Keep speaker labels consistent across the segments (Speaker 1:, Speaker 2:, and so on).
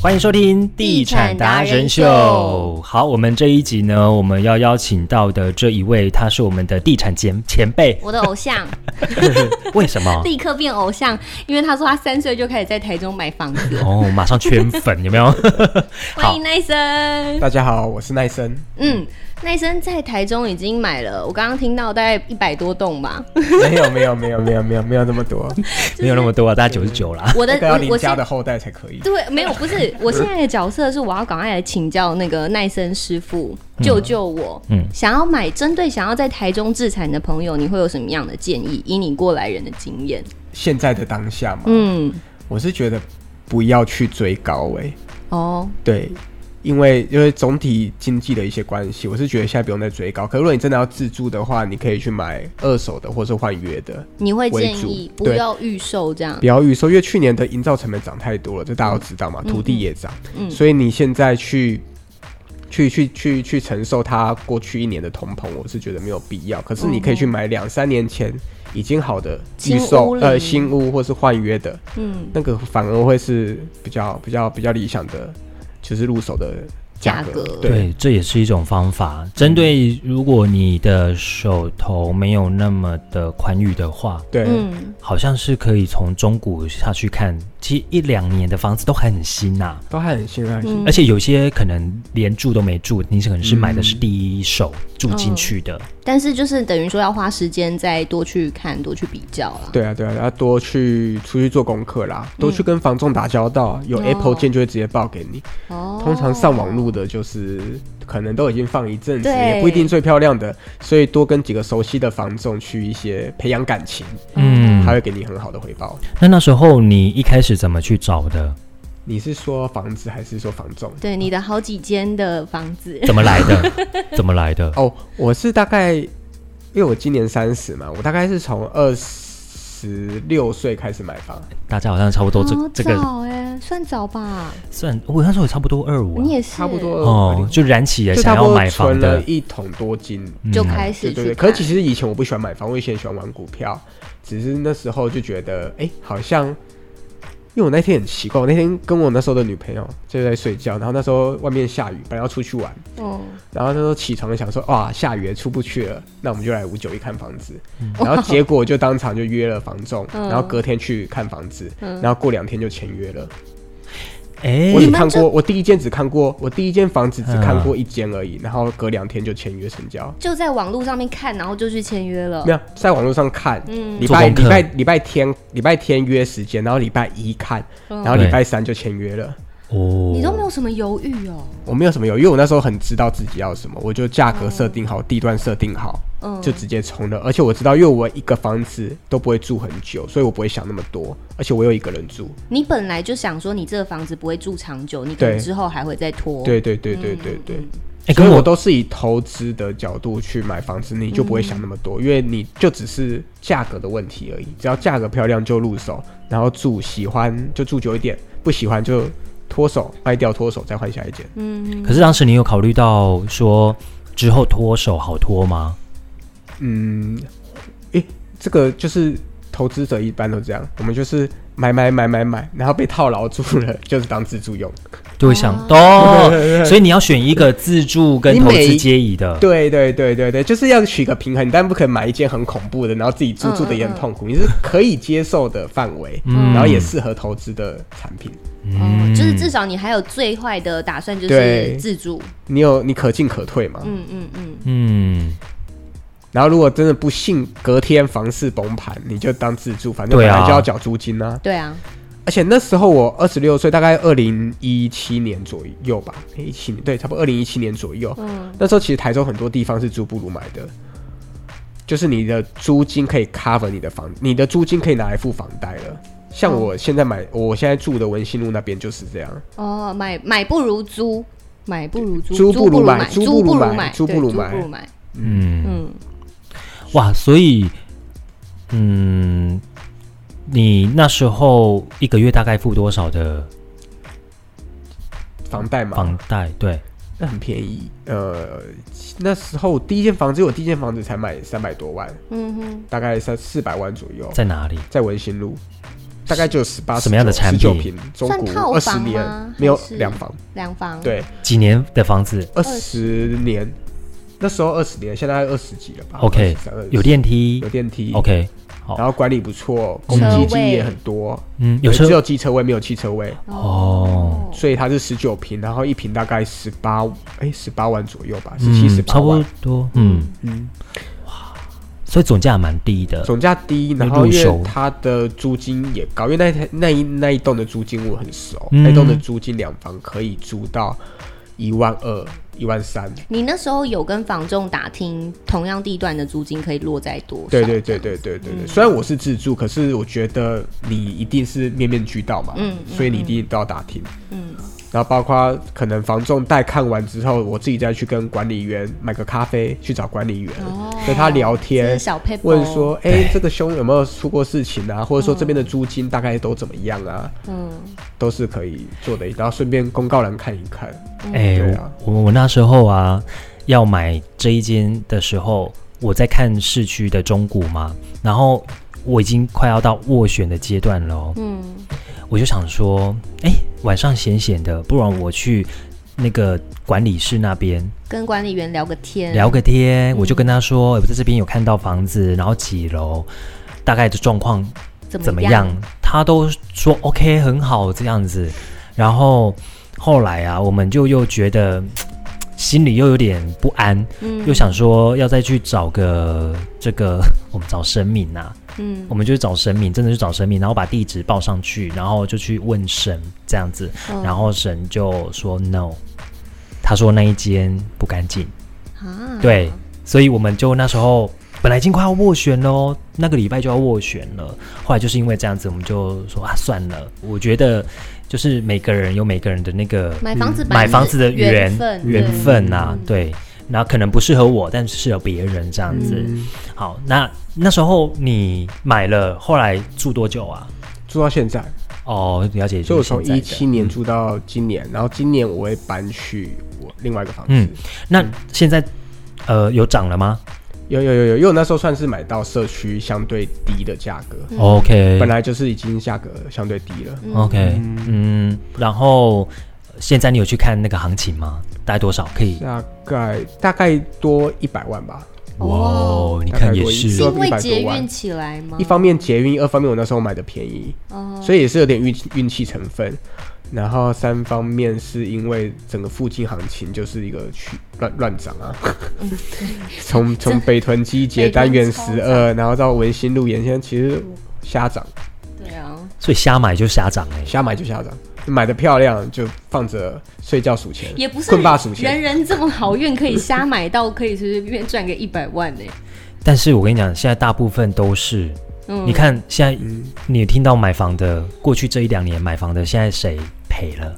Speaker 1: 欢迎收听《地产达人秀》。好，我们这一集呢，我们要邀请到的这一位，他是我们的地产前前辈。
Speaker 2: 我的偶像
Speaker 1: 为什 么？
Speaker 2: 立刻变偶像，因为他说他三岁就开始在台中买房子。
Speaker 1: 哦，马上圈粉，有没 有？
Speaker 2: 欢迎奈 森，
Speaker 3: 大家好，我是奈森。
Speaker 2: 嗯，奈森在台中已经买了，我刚刚听到大概一百多栋 吧。
Speaker 3: 没有没有没有没有没有没有那么 多，
Speaker 1: 没有那么多啊，大概九十九啦。
Speaker 2: 我的
Speaker 3: 哎那个要
Speaker 2: 呃我
Speaker 3: 邻
Speaker 2: 我
Speaker 3: 家
Speaker 2: 现
Speaker 3: 的后代才可以。
Speaker 2: 对，没有不是，我现在的角色是我要赶快来请教那个奈森师傅，救救我。
Speaker 1: 嗯
Speaker 2: 想要买针对想要在台中置产的朋友，你会有什么样的建议？以你过来人的经验，
Speaker 3: 现在的当下嘛，
Speaker 2: 嗯，
Speaker 3: 我是觉得不要去追高哎、
Speaker 2: 哦，
Speaker 3: 对，因为因为总体经济的一些关系，我是觉得现在不用再追高。可如果你真的要自住的话，你可以去买二手的或是换约的，
Speaker 2: 你会
Speaker 3: 为
Speaker 2: 建
Speaker 3: 主
Speaker 2: 议不
Speaker 3: 对
Speaker 2: 要预售这样
Speaker 3: 不。要预售，因为去年的营造成本涨太多了，这大家都知道嘛，土地也涨，
Speaker 2: 嗯
Speaker 3: 所以你现在去。去去去去承受它过去一年的通膨，我是觉得没有必要。可是你可以去买两三年前已经好的
Speaker 2: 嗯新
Speaker 3: 预售
Speaker 2: 屋了
Speaker 3: 呃新屋或是换约的，
Speaker 2: 嗯，
Speaker 3: 那个反而会是比较比较比较理想的，就是入手的
Speaker 2: 价
Speaker 3: 价格。
Speaker 2: 格
Speaker 3: 对，
Speaker 1: 对，这也是一种方法。针对如果你的手头没有那么的宽裕的话，
Speaker 3: 对，
Speaker 2: 嗯，
Speaker 1: 好像是可以从中古下去看，其实一两年的房子都还很新呐、
Speaker 3: 都还很新啊。
Speaker 2: 嗯
Speaker 1: 而且有些可能连住都没住，你可能是买的是第一手住进
Speaker 2: 哦
Speaker 1: 去的。
Speaker 2: 但是就是等于说要花时间再多去看、多去比较啦。
Speaker 3: 对啊，对啊，要多去出去做功课啦，多去跟房仲打交道，啊有
Speaker 2: 嗯哦
Speaker 3: Apple 键就会直接报给你。
Speaker 2: 哦
Speaker 3: 通常上网路的就是可能都已经放一阵子，
Speaker 2: 对
Speaker 3: 也不一定最漂亮的，所以多跟几个熟悉的房仲去一些培养感情，
Speaker 1: 嗯，
Speaker 3: 他会给你很好的回报。
Speaker 1: 那那时候你一开始怎么去找 的？
Speaker 3: 你是说房子还是说房仲？
Speaker 2: 对你的好几间的房子，
Speaker 1: 怎么来的？怎么来的？
Speaker 3: 哦，我是大概，因为我今年三十嘛，我大概是从二十六岁开始买房，
Speaker 1: 大家好像差不多这、
Speaker 2: 好
Speaker 1: 这个
Speaker 2: 早哎、算早吧？
Speaker 1: 算，我那时候也差不多二五、
Speaker 2: 你
Speaker 1: 啊，
Speaker 2: 也是
Speaker 3: 差不多
Speaker 1: 哦，就燃起了
Speaker 3: 就
Speaker 1: 想
Speaker 3: 差不
Speaker 1: 要
Speaker 3: 多
Speaker 1: 买房
Speaker 3: 存了
Speaker 1: 的，
Speaker 3: 一桶多金。
Speaker 2: 就
Speaker 1: 嗯
Speaker 2: 开
Speaker 3: 对
Speaker 2: 始去
Speaker 3: 对
Speaker 2: 看。
Speaker 3: 对，可是其实以前我不喜欢买房，我以前喜欢玩股票，只是那时候就觉得，哎、好像，因为我那天很奇怪，我那天跟我那时候的女朋友就在睡觉，然后那时候外面下雨，本来要出去玩，
Speaker 2: 嗯，
Speaker 3: 然后那时候起床想说，哇，下雨了出不去了，那我们就来五九一看房子。然后结果就当场就约了房仲，
Speaker 2: 嗯
Speaker 3: 然后隔天去看房子，
Speaker 2: 嗯
Speaker 3: 然后过两天就签约了。
Speaker 1: 哎
Speaker 3: 我，只
Speaker 2: 你们
Speaker 3: 看
Speaker 2: 就
Speaker 3: 过，我第一间只看过，我第一间房子只看过一间而已，然后隔两天就签约成交。
Speaker 2: 就在网络上面看，然后就去签约了
Speaker 3: 没。有在网络上看，
Speaker 2: 嗯
Speaker 3: 礼
Speaker 1: 做
Speaker 3: 拜
Speaker 1: 功课
Speaker 3: 礼拜礼拜天礼拜天约时间，然后礼拜一看，
Speaker 2: 嗯
Speaker 3: 然后礼拜三就签约了。
Speaker 1: 哦，
Speaker 2: 你都没有什么犹豫哦。
Speaker 3: 我没有什么犹豫，因为我那时候很知道自己要什么，我就价格设定好，地段设定好，
Speaker 2: 嗯
Speaker 3: 就直接冲了。而且我知道，因为我一个房子都不会住很久，所以我不会想那么多。而且我有一个人住，
Speaker 2: 你本来就想说你这个房子不会住长久，你可能
Speaker 3: 对
Speaker 2: 之后还会再拖。
Speaker 3: 对对对
Speaker 2: 嗯
Speaker 3: 对对对，
Speaker 1: 哎，
Speaker 3: 所
Speaker 1: 跟
Speaker 3: 以我
Speaker 1: 我
Speaker 3: 都是以投资的角度去买房子，你就不会想那么多，因为你就只是价格的问题而已。只要价格漂亮就入手，然后住喜欢就住久一点，不喜欢就脱手卖掉，脱手再换下一间。
Speaker 2: 嗯，
Speaker 1: 可是当时你有考虑到说之后脱手好脱吗？
Speaker 3: 嗯，诶、这个就是投资者一般都这样，我们就是买买买买买，然后被套牢住了，就是当自住用。
Speaker 1: 就会想哦，所以你要选一个自住跟
Speaker 3: 你
Speaker 1: 投
Speaker 3: 每
Speaker 1: 资皆宜的，
Speaker 3: 对对对对对，就是要取个平衡，但不可以买一间很恐怖的，然后自己住住的也很痛苦，你是可以接受的范围，
Speaker 1: 嗯
Speaker 3: 然后也适合投资的产品。
Speaker 2: 哦，就是至少你还有最坏的打算，就是
Speaker 3: 对
Speaker 2: 自住。
Speaker 3: 你有你可进可退嘛？
Speaker 2: 嗯嗯嗯，
Speaker 1: 嗯，
Speaker 3: 然后如果真的不幸隔天房市崩盘，你就当自住，反正
Speaker 1: 对
Speaker 3: 本
Speaker 1: 啊
Speaker 3: 来就要缴租金啊。
Speaker 2: 对啊，
Speaker 3: 而且那时候我二十六岁，大概二零一七年左右吧，一七年对，差不多二零一七年左右。
Speaker 2: 嗯
Speaker 3: 那时候其实台州很多地方是租不如买的，就是你的租金可以 cover 你的房，你的租金可以拿来付房贷了。像
Speaker 2: 嗯
Speaker 3: 我现在买，我现在住的文心路那边就是这样，
Speaker 2: 哦，买买不如租，买不如租，
Speaker 3: 租
Speaker 2: 不
Speaker 3: 不如买
Speaker 2: 租
Speaker 3: 租不
Speaker 2: 不
Speaker 3: 如
Speaker 2: 如
Speaker 3: 买
Speaker 2: 买，
Speaker 3: 租
Speaker 2: 对
Speaker 3: 不如
Speaker 2: 租
Speaker 3: 买
Speaker 2: 不如买。
Speaker 1: 嗯，
Speaker 2: 嗯，
Speaker 1: 哇，所以，嗯，你那时候一个月大概付多少的
Speaker 3: 房贷嘛，
Speaker 1: 房贷？对，
Speaker 3: 那很便宜。呃，那时候我第一间房子，因为我第一间房子才买三百多万，
Speaker 2: 嗯哼，
Speaker 3: 大概三四百万左右，
Speaker 1: 在哪里？
Speaker 3: 在文心路，大概就十八
Speaker 1: 什么样的产品
Speaker 3: 十九平，中
Speaker 2: 算
Speaker 3: 古
Speaker 2: 套
Speaker 3: 二十
Speaker 2: 房
Speaker 3: 年
Speaker 2: 吗
Speaker 3: 没有
Speaker 2: 还是
Speaker 3: 两房，
Speaker 2: 两房，，
Speaker 3: 对，
Speaker 1: 几年的房子
Speaker 3: 二十年，那时候二十年，现在二十几了吧
Speaker 1: ？OK，
Speaker 3: 23
Speaker 1: 有电梯
Speaker 3: 有电梯
Speaker 1: OK，
Speaker 3: 然后管理不错，
Speaker 1: 嗯
Speaker 3: 公积
Speaker 2: 车
Speaker 3: 金
Speaker 2: 位
Speaker 3: 也很多，
Speaker 1: 嗯，有
Speaker 3: 对
Speaker 1: 车
Speaker 3: 只有机车位没有汽车位，
Speaker 1: 哦
Speaker 3: 所以它是十九平，然后一平大概十八，哎，十八万左右吧，十七十
Speaker 1: 嗯，
Speaker 3: 八
Speaker 1: 差不
Speaker 3: 万，
Speaker 1: 多，嗯，
Speaker 3: 嗯，
Speaker 1: 所以总价蛮低的，
Speaker 3: 总价低，
Speaker 1: 那
Speaker 3: 然后
Speaker 1: 入
Speaker 3: 因
Speaker 1: 手
Speaker 3: 为它的租金也高，因为那一那一那一栋的租金我很熟，
Speaker 1: 嗯
Speaker 3: 那一栋的租金两房可以租到一万二、一万三，
Speaker 2: 你那时候有跟房仲打听同样地段的租金可以落在多少？
Speaker 3: 对对对对对对对。
Speaker 2: 嗯
Speaker 3: 虽然我是自住，可是我觉得你一定是面面俱到嘛，
Speaker 2: 嗯
Speaker 3: 所以你一定都要打听。
Speaker 2: 嗯，
Speaker 3: 然后包括可能房仲带看完之后，我自己再去跟管理员买个咖啡，去找管理员、
Speaker 2: 哦
Speaker 3: 跟他聊
Speaker 2: 这
Speaker 3: 天
Speaker 2: 是，小 paper
Speaker 3: 问说，
Speaker 1: 哦
Speaker 3: 哎、这个兄有没有出过事情
Speaker 1: 嗯
Speaker 3: 啊？或者说这边的租金大概都怎么样啊？
Speaker 2: 嗯，
Speaker 3: 都是可以做的，然后顺便公告栏看一看。
Speaker 1: 哎、
Speaker 3: 对啊
Speaker 1: 我我那时候啊，要买这一间的时候，我在看市区的中古嘛，然后我已经快要到斡旋的阶段了哦、
Speaker 2: 嗯，
Speaker 1: 我就想说，哎、晚上闲闲的，不然我去那个管理室那边
Speaker 2: 跟管理员聊个天，
Speaker 1: 聊个天，我就
Speaker 2: 嗯
Speaker 1: 跟他说，哎我在这边有看到房子，然后几楼，大概的状况
Speaker 2: 怎
Speaker 1: 怎么
Speaker 2: 么
Speaker 1: 样？？他都说 OK，很好这样子。然后后来啊，我们就又觉得心里又有点不安，
Speaker 2: 嗯
Speaker 1: 又想说要再去找个这个，我们找神明呐、
Speaker 2: 嗯
Speaker 1: 我们就去找神明，真的去找神明，然后把地址报上去，然后就去问神这样子，
Speaker 2: 嗯
Speaker 1: 然后神就说 no，他说那一间不干净。
Speaker 2: 啊，
Speaker 1: 对，所以我们就那时候本来已经快要斡旋喽，那个礼拜就要斡旋了。后来就是因为这样子，我们就说啊，算了。我觉得就是每个人有每个人的那个
Speaker 2: 买房子
Speaker 1: 嗯买房子的缘
Speaker 2: 缘分
Speaker 1: 缘
Speaker 2: 对嗯
Speaker 1: 分呐、对。然后可能不适合我，但是适合别人这样子。
Speaker 3: 嗯，
Speaker 1: 好，那那时候你买了，后来住多久啊？
Speaker 3: 住到现在，
Speaker 1: 哦，了解，
Speaker 3: 所以
Speaker 1: 就
Speaker 3: 我
Speaker 1: 是
Speaker 3: 从
Speaker 1: 现在
Speaker 3: 一
Speaker 1: 的嗯
Speaker 3: 七年住到今年，然后今年我会搬去我另外一个房子。
Speaker 1: 嗯那现在呃有涨了吗、
Speaker 3: 有有有有，因为我那时候算是买到社区相对低的价格，
Speaker 1: o k
Speaker 3: 嗯本来就是已经价格相对低了，
Speaker 1: OK，嗯，然后呃现在你有去看那个行情吗？大概多少可以？
Speaker 3: 大概大概多一百万吧。
Speaker 1: 哦，你
Speaker 3: 大概
Speaker 1: 看也
Speaker 3: 我一
Speaker 1: 是
Speaker 2: 是
Speaker 3: 说
Speaker 2: 因为
Speaker 3: 100多
Speaker 2: 捷
Speaker 3: 万
Speaker 2: 运起来
Speaker 1: 哦
Speaker 2: 吗？
Speaker 3: 一方面捷运，二方面我那时候买的便宜，
Speaker 2: 哦，
Speaker 3: 所以也是有点运气运气成分。然后三方面是因为整个附近行情就是一个去乱乱涨啊， 从从北屯基
Speaker 2: 嗯
Speaker 3: 捷
Speaker 2: 北屯
Speaker 3: 单元
Speaker 2: 超
Speaker 3: 十二，然后到文心路沿线，其实瞎涨，
Speaker 2: 对啊，
Speaker 1: 所以瞎买就瞎涨哎、
Speaker 3: 瞎买就瞎涨，买的漂亮就放着睡觉数钱，
Speaker 2: 也不是
Speaker 3: 困霸数钱
Speaker 2: 人。人这么好运，可以瞎买到，可以随随便便赚个一百万呢、
Speaker 1: 但是我跟你讲，现在大部分都是，
Speaker 2: 嗯，
Speaker 1: 你看现在
Speaker 3: 嗯
Speaker 1: 你有听到买房的，过去这一两年买房的，现在谁赔了？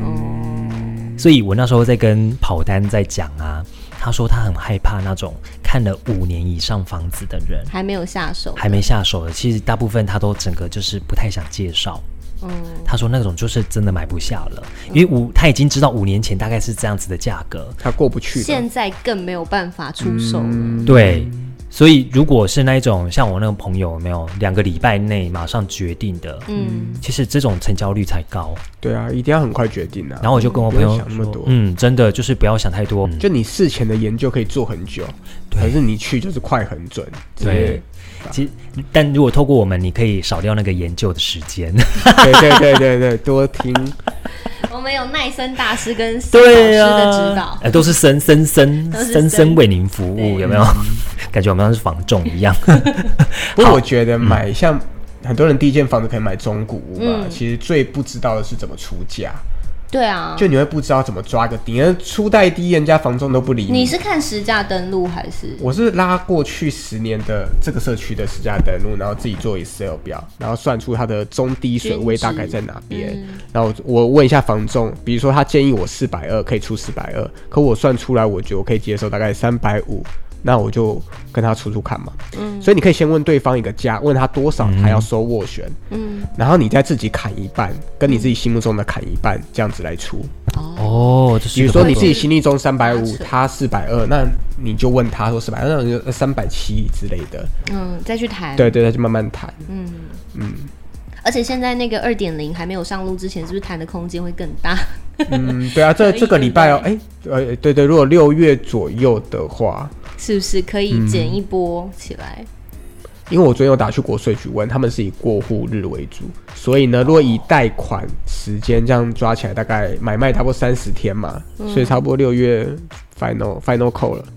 Speaker 3: 嗯
Speaker 1: 所以我那时候在跟跑单在讲啊，他说他很害怕那种看了五年以上房子的人
Speaker 2: 还没有下手，
Speaker 1: 还没下手的，其实大部分他都整个就是不太想介绍。
Speaker 2: 嗯，
Speaker 1: 他说那种就是真的买不下了，因为五他已经知道五年前大概是这样子的价格，
Speaker 3: 他过不去嗯的，
Speaker 2: 现在更没有办法出手了。
Speaker 1: 对，所以如果是那一种像我那个朋友有没有两个礼拜内马上决定的，
Speaker 2: 嗯，
Speaker 1: 其实这种成交率才高。
Speaker 3: 对啊，一定要很快决定啊。
Speaker 1: 然后我就跟我朋友
Speaker 3: 不要想那么
Speaker 1: 说
Speaker 3: 多，
Speaker 1: 嗯，真的就是不要想太多，嗯
Speaker 3: 就你事前的研究可以做很久，
Speaker 1: 对
Speaker 3: 可是你去就是快很准，直接
Speaker 1: 对。其实，但如果透过我们，你可以少掉那个研究的时间。
Speaker 3: 对对对对对，多听。
Speaker 2: 我们有奈森大师跟森老
Speaker 1: 对
Speaker 2: 师
Speaker 3: 啊
Speaker 1: 呀、
Speaker 2: 的指导，
Speaker 1: 哎，都是深深深
Speaker 2: 都是
Speaker 1: 深深
Speaker 2: 深
Speaker 1: 为您服务，
Speaker 2: 对
Speaker 1: 有没有？ 感觉我们像是房仲一样。
Speaker 3: 不过我觉得买像很多人第一间房子可以买中古屋嘛，
Speaker 2: 嗯
Speaker 3: 其实最不知道的是怎么出价，
Speaker 2: 对啊，
Speaker 3: 就你会不知道怎么抓个底，而初代第一人家房东都不理
Speaker 2: 你是看实价登录还是？
Speaker 3: 我是拉过去十年的这个社区的实价登录，然后自己做 Excel 表，然后算出它的中低水位大概在哪边。然后我我问一下房仲，比如说他建议我四百二可以出四百二，可我算出来，我觉得我可以接受大概三百五。那我就跟他出出看嘛，嗯，所以你可以先问对方一个价，问他多少他要收斡旋，嗯，然后你再自己砍一半，跟你自己心目中的砍一半，这样子来出。
Speaker 1: 哦，这是
Speaker 3: 比
Speaker 1: 一
Speaker 3: 如
Speaker 1: 个
Speaker 3: 说
Speaker 1: 不
Speaker 3: 你
Speaker 1: 错
Speaker 3: 自己心里中三百五
Speaker 2: 是，
Speaker 3: 他四百二，那你就问他说四百二，那你就三百七之类的，
Speaker 2: 嗯，再去谈。
Speaker 3: 对对，他就慢慢谈。
Speaker 2: 嗯，而且现在那个二点零还没有上路之前，是不是谈的空间会更 大？
Speaker 3: 嗯，对啊，这
Speaker 2: 可以
Speaker 3: 这个礼拜哦，哎、呃，对对，如果六月左右的话，
Speaker 2: 是不是可以减一波起来？
Speaker 3: 因为我昨天有打去国税局问，他们是以过户日为主，所
Speaker 2: 哦
Speaker 3: 以呢，如果以贷款时间这样抓起来，大概买卖差不多三十天嘛，
Speaker 2: 嗯
Speaker 3: 所以差不多六月 final final call 了，嗯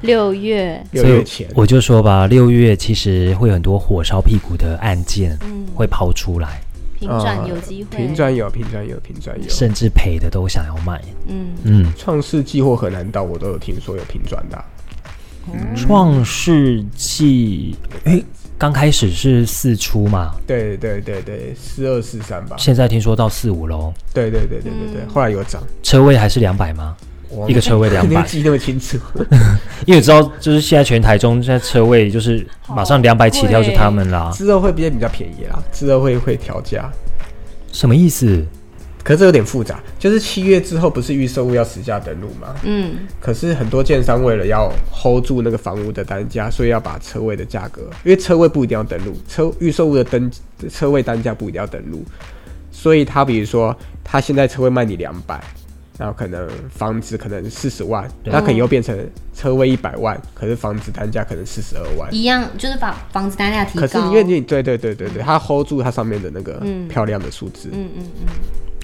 Speaker 2: 六月
Speaker 3: 六月前。
Speaker 1: 我就说吧，六月其实会有很多火烧屁股的案件会抛出来，
Speaker 2: 平转
Speaker 3: 呃
Speaker 2: 有机会，
Speaker 3: 平转有，平转有，平转有。
Speaker 1: 甚至赔的都想要卖。
Speaker 2: 嗯，
Speaker 1: 嗯，
Speaker 3: 创世纪或河南道，我都有听说有平转的啊、
Speaker 1: 创世纪，哎，刚开始是四出嘛，
Speaker 3: 对对对对，四二四三吧。
Speaker 1: 现在听说到四五楼，
Speaker 3: 对对对对对对，后来有涨。
Speaker 1: 车位还是两百吗？
Speaker 3: 我
Speaker 1: 嗯一个车位两
Speaker 3: 你 会
Speaker 1: 百，
Speaker 3: 记那么 清楚？
Speaker 1: 因为你知道，就是现在全台中现在车位就是马上两百起跳就他们啦，
Speaker 3: 之后会变比较便宜啦，之后会会调价。
Speaker 1: 什么意思？
Speaker 3: 可是这有点复杂，就是七月之后不是预售屋要实价登录吗？
Speaker 2: 嗯，
Speaker 3: 可是很多建商为了要 hold 住那个房屋的单价，所以要把车位的价格，因为车位不一定要登录，车预售物的登车位单价不一定要登录，所以他比如说他现在车位卖你两百，然后可能房子可能四十万，那可能又变成车位一百万，可是房子单价可能四十二万。
Speaker 2: 一样就是把房子单价提
Speaker 3: 可是
Speaker 2: 高，
Speaker 3: 因为你对对对对对，他 hold 住它上面的那个
Speaker 2: 嗯
Speaker 3: 漂亮的数字，
Speaker 2: 嗯嗯嗯，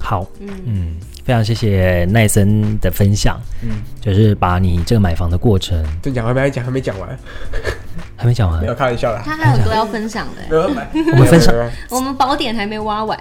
Speaker 1: 好，嗯，非常谢谢奈森的分享，嗯，就是把你这个买房的过程
Speaker 3: 真讲还没讲还没讲完，
Speaker 1: 还没讲完
Speaker 3: 没，有开玩笑啦。
Speaker 2: 他还有很多要分享的欸，
Speaker 3: 我
Speaker 1: 我们分享
Speaker 2: 我们宝典还没挖 完，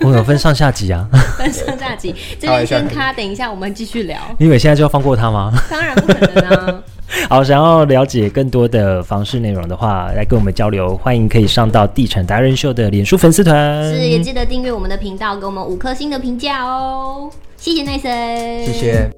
Speaker 1: 我有分上下集啊，
Speaker 2: 分上下集，这边先咔，等一下我们继续聊，
Speaker 1: 你以为现在就要放过他吗？
Speaker 2: 当然不可能 啊，
Speaker 1: 好，想要了解更多的房事内容的话，来跟我们交流，欢迎可以上到地产达人秀的脸书粉丝团，
Speaker 2: 是也记得订阅我们的频道，给我们五颗星的评价哦，谢谢奈森，
Speaker 3: 谢谢。